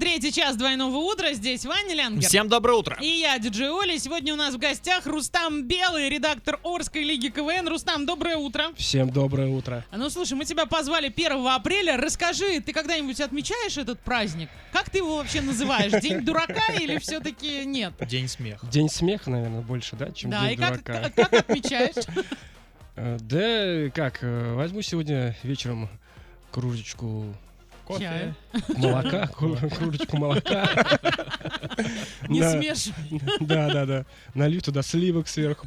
Третий час двойного утра. Здесь Ваня Лянгер. Всем доброе утро. И я, диджей Оля. Сегодня у нас в гостях Рустам Белый, редактор Орской лиги КВН. Рустам, доброе утро. Всем доброе утро. А Ну, слушай, мы тебя позвали 1 апреля. Расскажи, ты когда-нибудь отмечаешь этот праздник? Как ты его вообще называешь? День дурака или все-таки нет? День смеха. День смеха, наверное, больше, да, чем Да, день и как, дурака. как- как отмечаешь? Э, Да, как, э, возьму сегодня вечером кружечку Чаю. молока, кру- кружечку молока. Не Да, смешивай. Да, да, да. Налью туда сливок сверху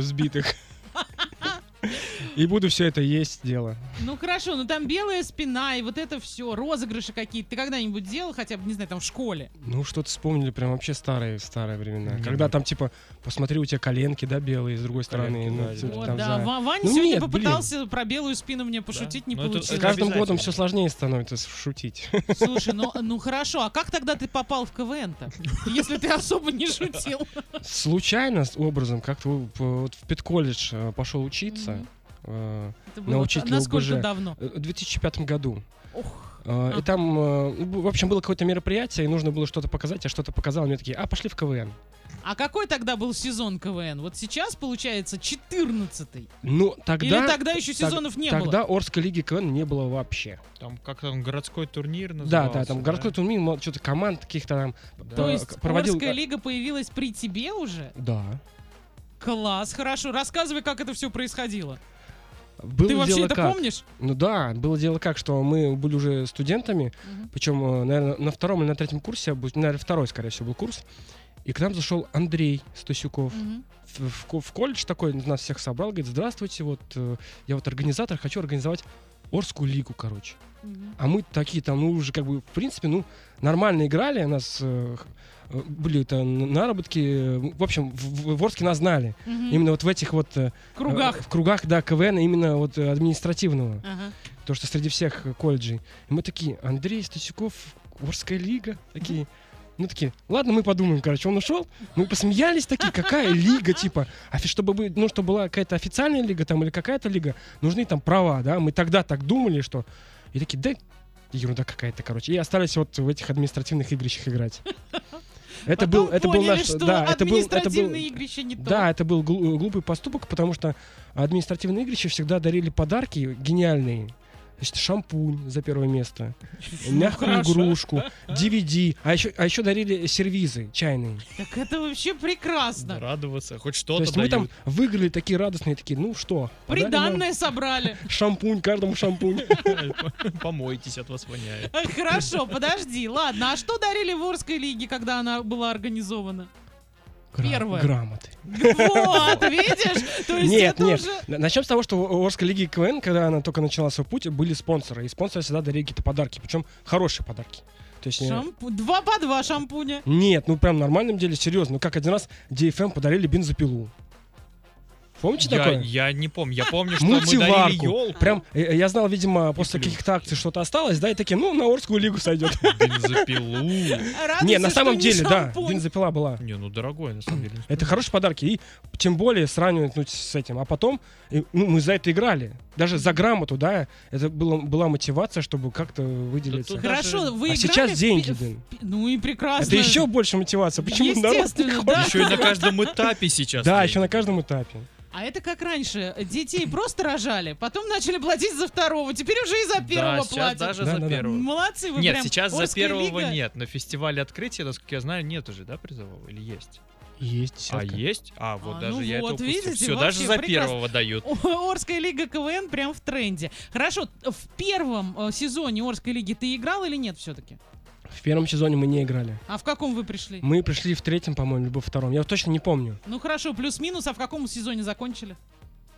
взбитых. И буду все это есть дело. Ну хорошо, но там белая спина и вот это все, розыгрыши какие-то. Ты когда-нибудь делал хотя бы, не знаю, там в школе? Ну, что-то вспомнили прям вообще старые, старые времена. Не, Когда ну. там, типа, посмотри, у тебя коленки, да, белые, с другой стороны. Коленки, ну, да, типа, Вот, там да. за- Ва- Ваня Ну, сегодня нет, блин. попытался про белую спину мне пошутить, не Ну, это- С получилось. каждым Обязательно. годом все сложнее становится шутить. Слушай, ну, ну хорошо, а как тогда ты попал в КВН-то? Если ты особо не шутил. Случайно с образом, как-то в- вот в Педколледж пошел учиться. Мгм. э, Это Научитель насколько ОБЖ. давно? в 2005 году. Ох, Э, А. И там, э, ну, б- в общем, было какое-то мероприятие, и нужно было что-то показать, я что-то показал, и мне такие, а, пошли в КВН. а какой тогда был сезон КВН? Вот сейчас, получается, 14-й. Ну, Или тогда... тогда еще так- сезонов не было? Тогда Орской лиги КВН не было вообще. Там как там городской турнир Да, назывался. да, там городской турнир, что-то команд каких-то там. Да. То э, есть к- проводил- Орская лига появилась при тебе уже? Да. Класс, хорошо. Рассказывай, как это все происходило. Было Ты вообще Ну, дело это как. помнишь? Ну да, было дело как, что мы были уже студентами, Мгм. причем, наверное, на втором или на третьем курсе, обу- наверное, второй, скорее всего, был курс. И к нам зашел Андрей Стасюков. Мгм. В, в ко- в колледж такой нас всех собрал, говорит, здравствуйте, вот э, я вот организатор, хочу организовать Орскую лигу, короче. Мгм. А мы такие там, ну, уже как бы, в принципе, ну, нормально играли, нас э, х- э, были это н- наработки, э, в общем, в, в- в Орске нас знали. Мгм. Именно вот в этих вот... э, В кругах. э, в кругах, да, КВН, именно вот э, административного. Ага. То, что среди всех э, колледжей. И мы такие, Андрей Стасюков, Орская лига, такие... Ну такие, ладно, мы подумаем, короче, он ушел, мы посмеялись такие, какая лига, типа, а фи- чтобы, бы- ну, чтобы была какая-то официальная лига там или какая-то лига, нужны там права, да, мы тогда так думали, что, и такие, да, ерунда какая-то, короче, и остались вот в этих административных игрищах играть. Это Потом был, это был поняли, наш, что да, это был, это был, административные игрища не то. да, это был глу- глупый поступок, потому что административные игрища всегда дарили подарки гениальные. Значит, шампунь за первое место, мягкую хорошо. игрушку, DVD, а еще, а еще дарили сервизы чайные. Так это вообще прекрасно. Радоваться, хоть То что-то есть мы там дают. выиграли такие радостные, такие, ну что, подали нам Приданное собрали. шампунь, каждому шампунь. Помойтесь, от вас воняет. Э, Хорошо, подожди. Ладно, а что дарили в Орской лиге, когда она была организована? Гра- Первое. Грамоты. Вот, видишь? То есть Нет, это нет. уже... На- Начнем с того, что у Орской лиги КВН, когда она только начала свой путь, были спонсоры. И спонсоры всегда дарили какие-то подарки, причем хорошие подарки. То есть э, не- Шампу- Два по два шампуня. Нет, ну прям в нормальном деле, серьезно. Ну как один раз DFM подарили бензопилу. Помните Я, такое? я не помню. Я помню, что мы дарили Мультиварку. елку. Прям, э, я знал, видимо, после плюшки. каких-то акций что-то осталось, да, и такие, ну, на Орскую лигу сойдет. Бензопилу. Радуйся, Не, на что самом деле, да, шампунь. бензопила была. Не, ну дорогой, на самом деле. не Это стоит. хорошие подарки, и тем более сравнивать ну, с этим. А потом, и, ну, мы за это играли. Даже за грамоту, да, это было, была мотивация, чтобы как-то выделиться. тут- Хорошо, Даже- вы А играли сейчас в деньги, пи- в блин. пи- Ну и прекрасно. Это еще больше мотивация. Почему народ не Естественно, ходит? да. Еще и на каждом этапе сейчас. Да, есть. еще на каждом этапе. А это как раньше. Детей просто рожали, потом начали платить за второго, теперь уже и за первого Да, сейчас платят. даже Да, за да, да. первого. Молодцы, вы Нет, прям. сейчас за Орская первого лига. нет. На фестивале открытия, насколько я знаю, нет уже, да, призового? Или есть? Есть. А есть? А, вот А, даже ну я вот, это видите, упустил. Все, вообще даже за прекрасно. первого дают. О, Орская лига КВН прям в тренде. Хорошо, в первом э, сезоне Орской лиги ты играл или нет все-таки? В первом сезоне мы не играли. А в каком вы пришли? Мы пришли в третьем, по-моему, либо в втором. Я точно не помню. Ну хорошо, плюс-минус, а в каком сезоне закончили?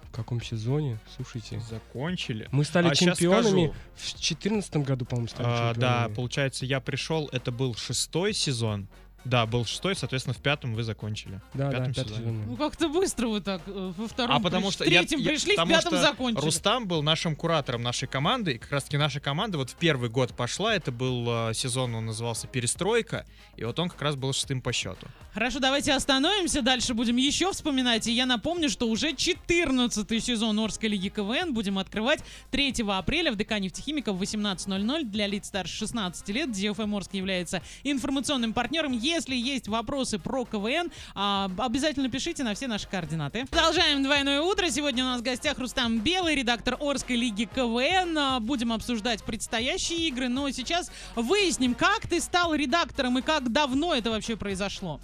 В каком сезоне? Слушайте. Закончили. Мы стали А щас чемпионами скажу. в 2014 году, по-моему, стали А, да, чемпионами. получается, я пришел, это был шестой сезон. Да, был шестой, соответственно, в пятом вы закончили. Да, да, пятом пятый сезоне. сезон. Ну как-то быстро вы так э, во втором, А потому приш- что в я- третьем я- пришли, в потому пятом что закончили. Рустам был нашим куратором нашей команды, и как раз-таки наша команда вот в первый год пошла, это был э, сезон, он назывался «Перестройка», и вот он как раз был шестым по счету. Хорошо, давайте остановимся, дальше будем еще вспоминать. И я напомню, что уже 14 сезон Орской лиги КВН будем открывать 3 апреля в ДК «Нефтехимиков» в 18.00 для лиц старше 16 лет. DFM Орск является информационным партнером. Если есть вопросы про КВН, а, обязательно пишите на все наши координаты. Продолжаем «Двойное утро». Сегодня у нас в гостях Рустам Белый, редактор Орской лиги КВН. А, Будем обсуждать предстоящие игры, но сейчас выясним, как ты стал редактором и как давно это вообще произошло.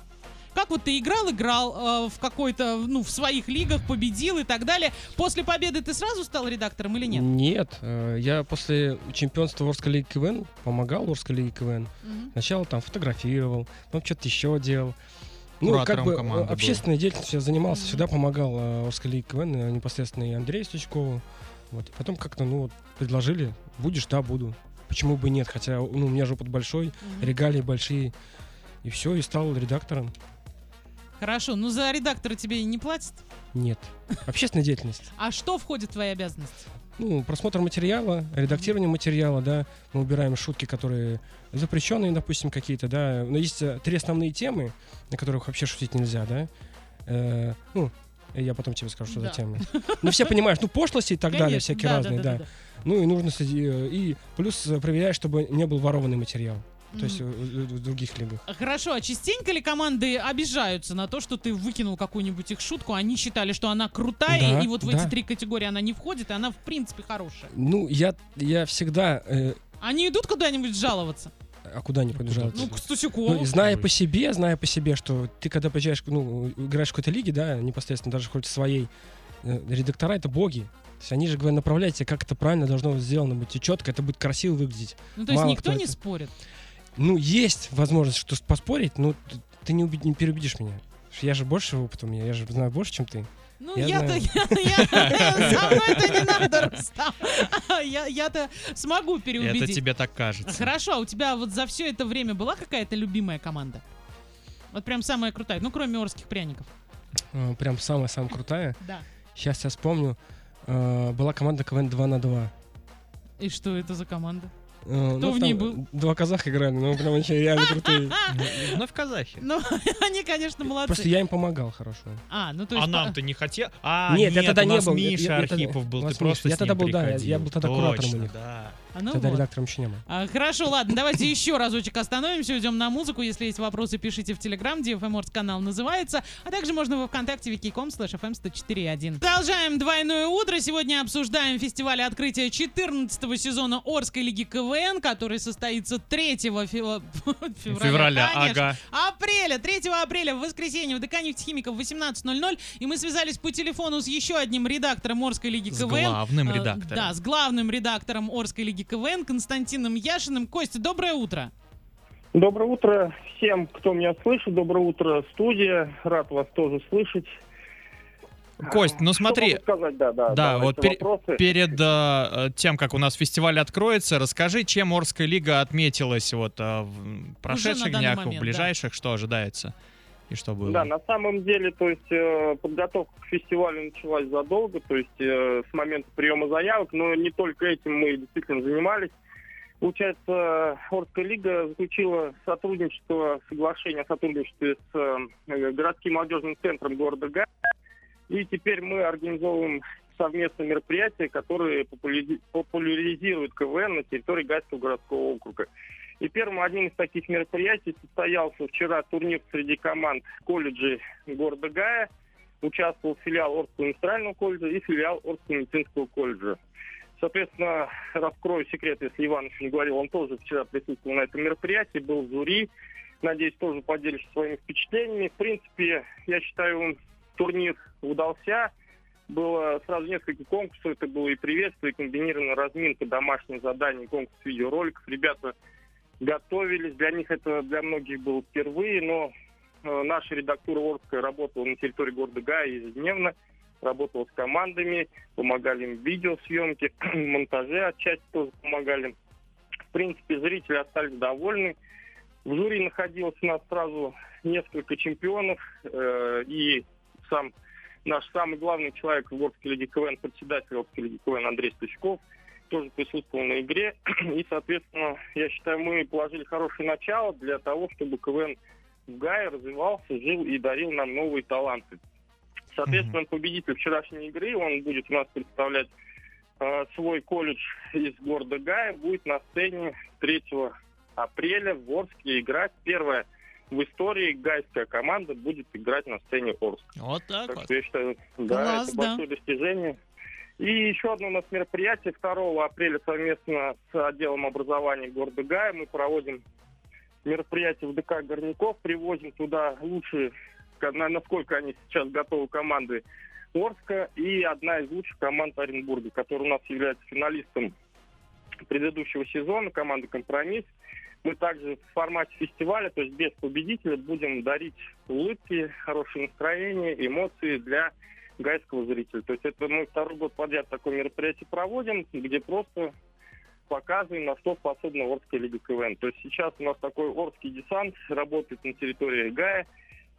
Как вот ты играл, играл э, в какой-то, ну, в своих лигах, победил и так далее. После победы ты сразу стал редактором или нет? Нет, э, я после чемпионства Орской лиги КВН помогал Орской лиге КВН. Сначала там фотографировал, потом что-то еще делал. Ну, как Куратором бы команды э, был. общественной деятельностью я занимался, Мгм. всегда помогал э, Орской лиге КВН, э, непосредственно и Андрею Стучкову. Вот. Потом как-то, ну, вот, предложили, будешь, да, буду. Почему бы и нет, хотя, ну, у меня же опыт большой, Мгм. регалии большие. И все, и стал редактором. Хорошо, ну за редактора тебе и не платят. Нет. Общественная деятельность. А что входит в твои обязанности? Ну, просмотр материала, редактирование материала, да. Мы убираем шутки, которые запрещенные, допустим, какие-то, да. Но есть э, три основные темы, на которых вообще шутить нельзя, да. Э, ну, я потом тебе скажу, что Да. за темы. Ну, все понимаешь, ну, пошлости и так далее, Конечно, всякие да, разные, да. да-да-да-да. Ну, и нужно следи- э, И плюс э, проверяешь, чтобы не был ворованный материал. То есть э, Мгм. э, в других лигах. Хорошо, а частенько ли команды обижаются на то, что ты выкинул какую-нибудь их шутку, они считали, что она крутая, Да, и вот в эти да. три категории она не входит, и она в принципе хорошая. Ну, я, я всегда... э, Они идут куда-нибудь жаловаться? а куда не побежал? Ну, к Ну, Стусюкову. и зная по себе, зная по себе, что ты когда приезжаешь, ну, играешь в какой-то лиге, да, непосредственно даже хоть своей, э, редактора это боги. То есть они же говорят, направляйте, как это правильно должно быть сделано быть, и четко это будет красиво выглядеть. Ну, то есть мало никто кто не это- спорит. Ну, есть возможность что поспорить, но т- ты не, уби- не переубедишь меня. Потому что Я же больше опыта у меня, я же знаю больше, чем ты. Ну, Я я-то, знаю. я- я- со мной-то не надо, Рустам. Я- Я-то смогу Это переубедить. тебе так кажется. Хорошо, а у тебя вот за все это время была какая-то любимая команда? Вот прям самая крутая, ну, кроме орских пряников. Э, Прям самая-самая крутая. Да. Сейчас я вспомню. Э, Была команда КВН 2 на 2. И что это за команда? Кто в ней был? ну, Два казаха играли, но прям очень реально крутые. Ну, и Вновь казахи. Ну, они, конечно, молодцы. Просто я им помогал хорошо. А, ну то есть... А по- нам-то не хотел. А, Нет, нет, я тогда у не нас был. Я- Миша я- я тогда- Архипов у был, ты нас просто Миша. Я с тогда ним был, да, я- я приходил. был тогда Точно, куратором у них. да. А, ну Тогда вот. редактором еще не был. А, Хорошо, ладно, давайте еще разочек остановимся, уйдем на музыку. Если есть вопросы, пишите в Телеграм, где FMORS канал называется. А также можно во Вконтакте, wiki.com slash fm1041. Продолжаем двойное утро. Сегодня обсуждаем фестиваль открытия 14 сезона Орской лиги КВН, который состоится 3 февраля. Февраля, а конечно ага. апреля, 3 апреля, в воскресенье, в ДК «Нефтехимиков» в 18.00. И мы связались по телефону с еще одним редактором Орской лиги С КВН. главным А, редактором. Да, с главным редактором Орской лиги КВН Константином Яшиным. Костя, доброе утро. Доброе утро всем, кто меня слышит. Доброе утро, студия. Рад вас тоже слышать. Кость, ну Что смотри, могу сказать, да, да. Да, давайте вот пере- вопросы. перед э, э, тем, как у нас фестиваль откроется, расскажи, чем Орская лига отметилась вот э, в м, прошедших данный днях, момент, в ближайших, что ожидается и что было. Да, на самом деле, то есть э, подготовка к фестивалю началась задолго, то есть э, с момента приема заявок, но не только этим мы действительно занимались. Получается, Орская лига заключила сотрудничество, соглашение о сотрудничестве с э, городским молодежным центром города Га. И теперь мы организовываем совместные мероприятия, которые популяри- популяризируют КВН на территории Гайского городского округа. И первым одним из таких мероприятий состоялся вчера турнир среди команд колледжей города Гая. Участвовал филиал Орского индустриального колледжа и филиал Орского медицинского колледжа. Соответственно, раскрою секрет, если Иван еще не говорил, он тоже вчера присутствовал на этом мероприятии, был в жюри. Надеюсь, тоже поделишься своими впечатлениями. В принципе, я считаю, турнир удался. Было сразу несколько конкурсов. Это было и приветствие, и комбинированная разминка, домашнее задание, конкурс видеороликов. Ребята готовились. Для них это для многих было впервые, но э, наша редактура Орская работала на территории города Гая ежедневно, работала с командами, помогали им в видеосъемке, в монтаже отчасти тоже помогали. В принципе, зрители остались довольны. В жюри находилось у нас сразу несколько чемпионов, э, и сам наш самый главный человек в Орской лиге КВН, председатель Орской лиги КВН Андрей Стучков, тоже присутствовал на игре. И, соответственно, я считаю, мы положили хорошее начало для того, чтобы КВН в Гае развивался, жил и дарил нам новые таланты. Соответственно, победитель вчерашней игры, он будет у нас представлять э, свой колледж из города Гая, будет на сцене 3 апреля в Орске играть. Первая в истории гайская команда будет играть на сцене Орск. Вот так Так вот. что я считаю, да, Класс, это да. большое достижение. И еще одно у нас мероприятие 2 апреля совместно с отделом образования города Гая мы проводим мероприятие в ДК Горняков, привозим туда лучшие, ка- на- насколько они сейчас готовы команды Орска и одна из лучших команд Оренбурга, которая у нас является финалистом предыдущего сезона, команда «Компромисс». Мы также в формате фестиваля, то есть без победителя, будем дарить улыбки, хорошее настроение, эмоции для гайского зрителя. То есть это мы второй год подряд такое мероприятие проводим, где просто показываем, на что способна Орская лига КВН. То есть сейчас у нас такой Орский десант работает на территории Гая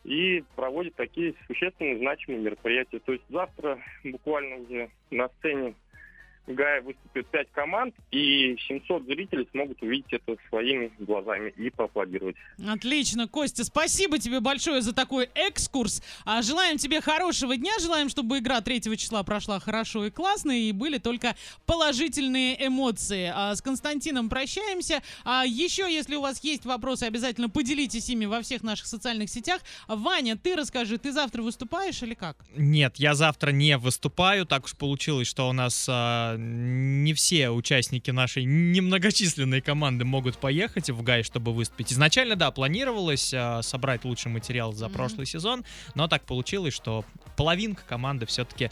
и проводит такие существенные значимые мероприятия. То есть завтра буквально уже на сцене Гая выступит пять команд, и 700 зрителей смогут увидеть это своими глазами и поаплодировать. Отлично, Костя, спасибо тебе большое за такой экскурс. А, Желаем тебе хорошего дня, желаем, чтобы игра 3 числа прошла хорошо и классно, и были только положительные эмоции. А, С Константином прощаемся. А еще, если у вас есть вопросы, обязательно поделитесь ими во всех наших социальных сетях. Ваня, ты расскажи, ты завтра выступаешь или как? Нет, я завтра не выступаю. Так уж получилось, что у нас а, не все участники нашей немногочисленной команды могут поехать в Гай, чтобы выступить. Изначально, да, планировалось а, собрать лучший материал за Мгм. прошлый сезон, но так получилось, что половинка команды все-таки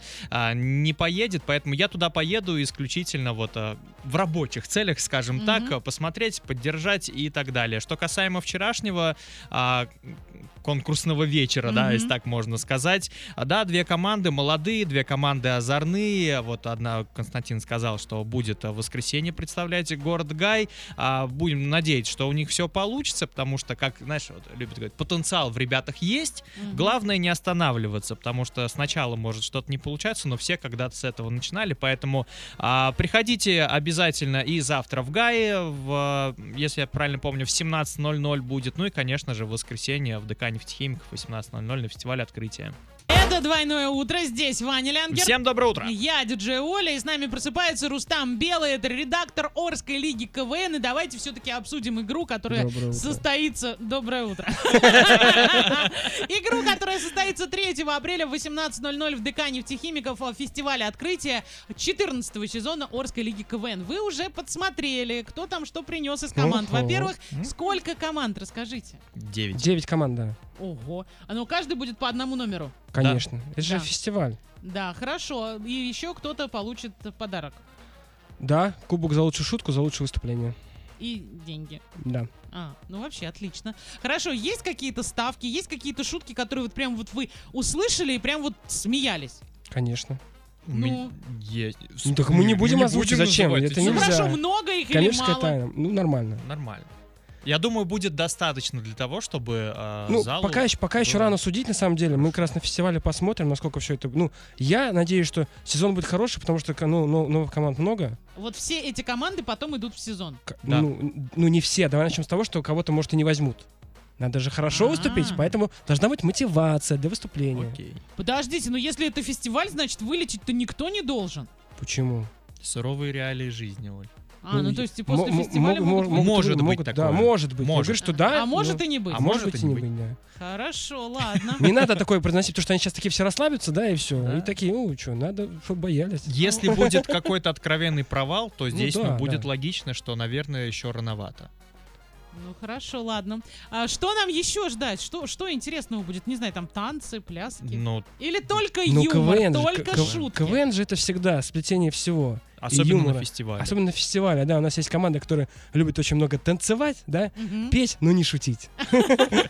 не поедет. Поэтому я туда поеду исключительно вот а, в рабочих целях, скажем Мгм. так, а, посмотреть, поддержать и так далее. Что касаемо вчерашнего а, конкурсного вечера, да, Мгм. если так можно сказать. А, Да, две команды молодые, две команды озорные. Вот одна, Константин сказал, что будет а, в воскресенье представлять город Гай. А, Будем надеяться, что у них все получится, потому что, как, знаешь, вот любят говорить, потенциал в ребятах есть. Главное не останавливаться, потому что сначала может что-то не получаться, но все когда-то с этого начинали, поэтому а, приходите обязательно и завтра в Гае, в, э, если я правильно помню, в 17.00 будет, ну и, конечно же, в воскресенье в ДК нефтехимиков в 18.00 на фестивале открытия. Это «Двойное утро». Здесь Ваня Лянгер. Всем доброе утро! Я диджей Оля, и с нами просыпается Рустам Белый, это редактор Орской лиги КВН, и давайте все-таки обсудим игру, которая Доброе утро. состоится... Доброе утро. Игру, которая состоится 3 апреля в 18.00 в ДК нефтехимиков а, фестиваля открытия 14 сезона Орской лиги КВН. Вы уже подсмотрели, кто там что принес из команд. Ого. Во-первых, М? сколько команд, расскажите. 9. Девять команд, да. Ого. А ну каждый будет по одному номеру. Конечно. Это же Да. фестиваль. Да, хорошо. И еще кто-то получит подарок. Да, кубок за лучшую шутку, за лучшее выступление. И деньги. Да. А, ну вообще отлично. Хорошо, есть какие-то ставки, есть какие-то шутки, которые вот прям вот вы услышали и прям вот смеялись? Конечно. Ну. Ну так мы не будем озвучивать, зачем? Это Ну нельзя. хорошо, много их или Коммерческая мало? тайна. Ну, нормально. Нормально. Я думаю, будет достаточно для того, чтобы э, А, Ну, залу- пока, еще, пока еще было. рано судить, на самом деле. Мы как раз на фестивале посмотрим, насколько все это... Ну, я надеюсь, что сезон будет хороший, потому что ну, но- новых команд много. Вот все эти команды потом идут в сезон. К- Да. Ну, н- ну, не все. Давай начнем с того, что кого-то, может, и не возьмут. Надо же хорошо А. выступить, поэтому должна быть мотивация для выступления. Окей. Подождите, но если это фестиваль, значит вылететь-то никто не должен. Почему? Суровые реалии жизни, Оль. А, ну, Ну, то есть и после М- м- фестиваля м- могут м- вы- могут- Может быть могут- Да, такое. может быть. Я Может. говорю, что да. А может но- и не быть. а а может быть и не быть, да. Хорошо, ладно. Не надо такое произносить, потому что они сейчас такие все расслабятся, да, и все. Да. И такие, ну, что, надо, чтобы боялись. Если будет какой-то откровенный провал, то здесь ну, да, будет да. логично, что, наверное, еще рановато. Ну хорошо, ладно. А что нам еще ждать? Что, что интересного будет? Не знаю, там танцы, пляски. Ну, Или только Ну, юмор, КВН же, только К- К- шутки. КВН же это всегда сплетение всего. Особенно на юмора. фестивале. Особенно на фестивале, да, у нас есть команда, которая любит очень много танцевать, да, Мгм. петь, но не шутить.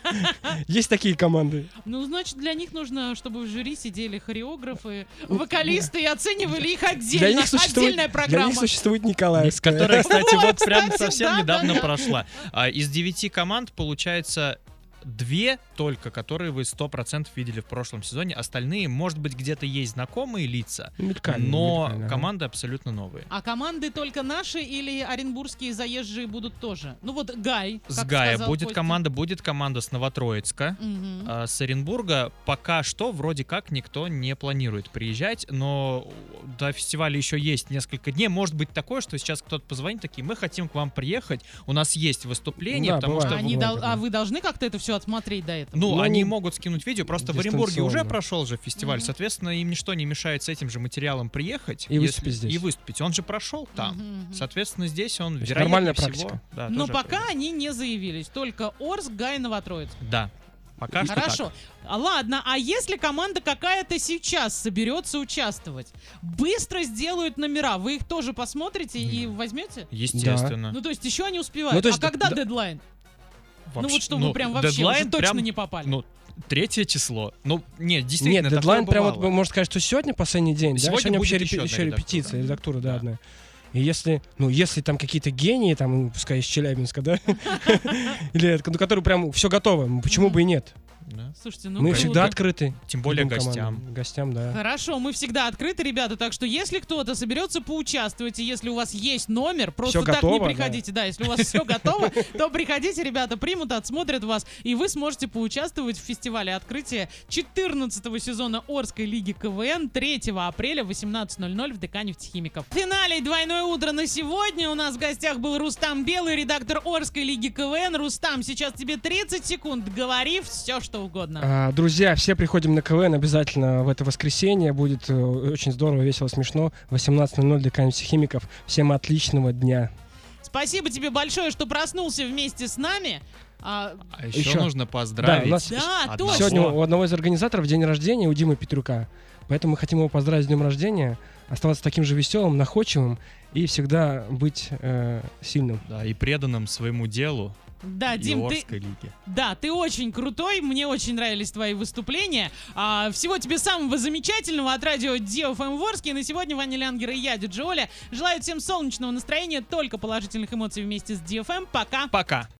Есть такие команды. Ну, значит, для них нужно, чтобы в жюри сидели хореографы, вокалисты и оценивали их Ну, Для отдельно. них существует, Отдельная для программа. них существует Николаевская. Которая, кстати, вот прям кстати, совсем да, недавно да, да. прошла. А, Из девяти команд получается две только, которые вы 100% видели в прошлом сезоне. Остальные, может быть, где-то есть знакомые лица, Мелькали, мелькали, но ага. команды абсолютно новые. А команды только наши или оренбургские заезжие будут тоже? Ну вот Гай. С как Гая сказал будет Костя. команда, будет команда с Новотроицка. Мгм. А, С Оренбурга пока что вроде как никто не планирует приезжать, но до фестиваля еще есть несколько дней. Может быть такое, что сейчас кто-то позвонит, такие, мы хотим к вам приехать, у нас есть выступление, Да, потому бывает. что... Они бывает дол- такое. А вы должны как-то это все отсмотреть до этого? Ну, Ну, они могут скинуть видео, просто в Оренбурге уже дистанционно. прошел же фестиваль, Мгм. соответственно, им ничто не мешает с этим же материалом приехать. И выступить здесь. И выступить. Он же прошел там. Мгм, мгм. Соответственно, здесь он, То есть вероятнее нормальная всего... практика. да, Но тоже пока они не заявились. Только Орск, Гай, Новотроиц. приедет. Да. Пока что так. Хорошо. А, Ладно, а если команда какая-то сейчас соберется участвовать, быстро сделают номера, вы их тоже посмотрите и возьмете? Естественно. Ну, то есть еще они успевают. Ну, то есть а когда да- дедлайн? Вообще- ну, вот чтобы ну, прям вообще дедлайн уже точно прям, не попали. Ну, третье число. Ну, нет, действительно, Нет, такое дедлайн прям вот, бывало. можно сказать, что сегодня последний день, да? Сегодня Сегодня вообще будет репе- еще еще, одна репетиция, редактура, да, Да. одна. И если, ну, если там какие-то гении, там, ну, пускай из Челябинска, да, или от- ну, которые прям все готово, ну, почему бы и нет? Да. Слушайте, ну Мы круто. всегда открыты. Тем более любым командам. гостям. Гостям, да. Хорошо, мы всегда открыты, ребята, так что если кто-то соберется поучаствовать, и если у вас есть номер, просто Всё так не готово, приходите. Да. если у вас все готово, то приходите, ребята, примут, отсмотрят вас, и вы сможете поучаствовать в фестивале открытия 14 сезона Орской лиги КВН 3 апреля в 18.00 в ДК нефтехимиков. В финале «Двойное утро» на сегодня у нас в гостях был Рустам Белый, редактор Орской лиги КВН. Рустам, сейчас тебе 30 секунд, говори все, что угодно. А, Друзья, все приходим на КВН обязательно в это воскресенье. Будет э, очень здорово, весело, смешно. 18.00 для камень химиков. Всем отличного дня. Спасибо тебе большое, что проснулся вместе с нами. А, А еще, Еще. нужно поздравить. у нас- да, Одного. точно. Сегодня у одного из организаторов день рождения, у Димы Петрюка. Поэтому мы хотим его поздравить с днем рождения, оставаться таким же веселым, находчивым и всегда быть э, сильным. Да, и преданным своему делу Да, и Дим, ты, Орской лиге. да, ты очень крутой, мне очень нравились твои выступления. А, всего тебе самого замечательного от радио DFM Ворске. И на сегодня Ваня Лянгер и я, Диджи Оля, желаю всем солнечного настроения, только положительных эмоций вместе с DFM. Эм. Пока! Пока.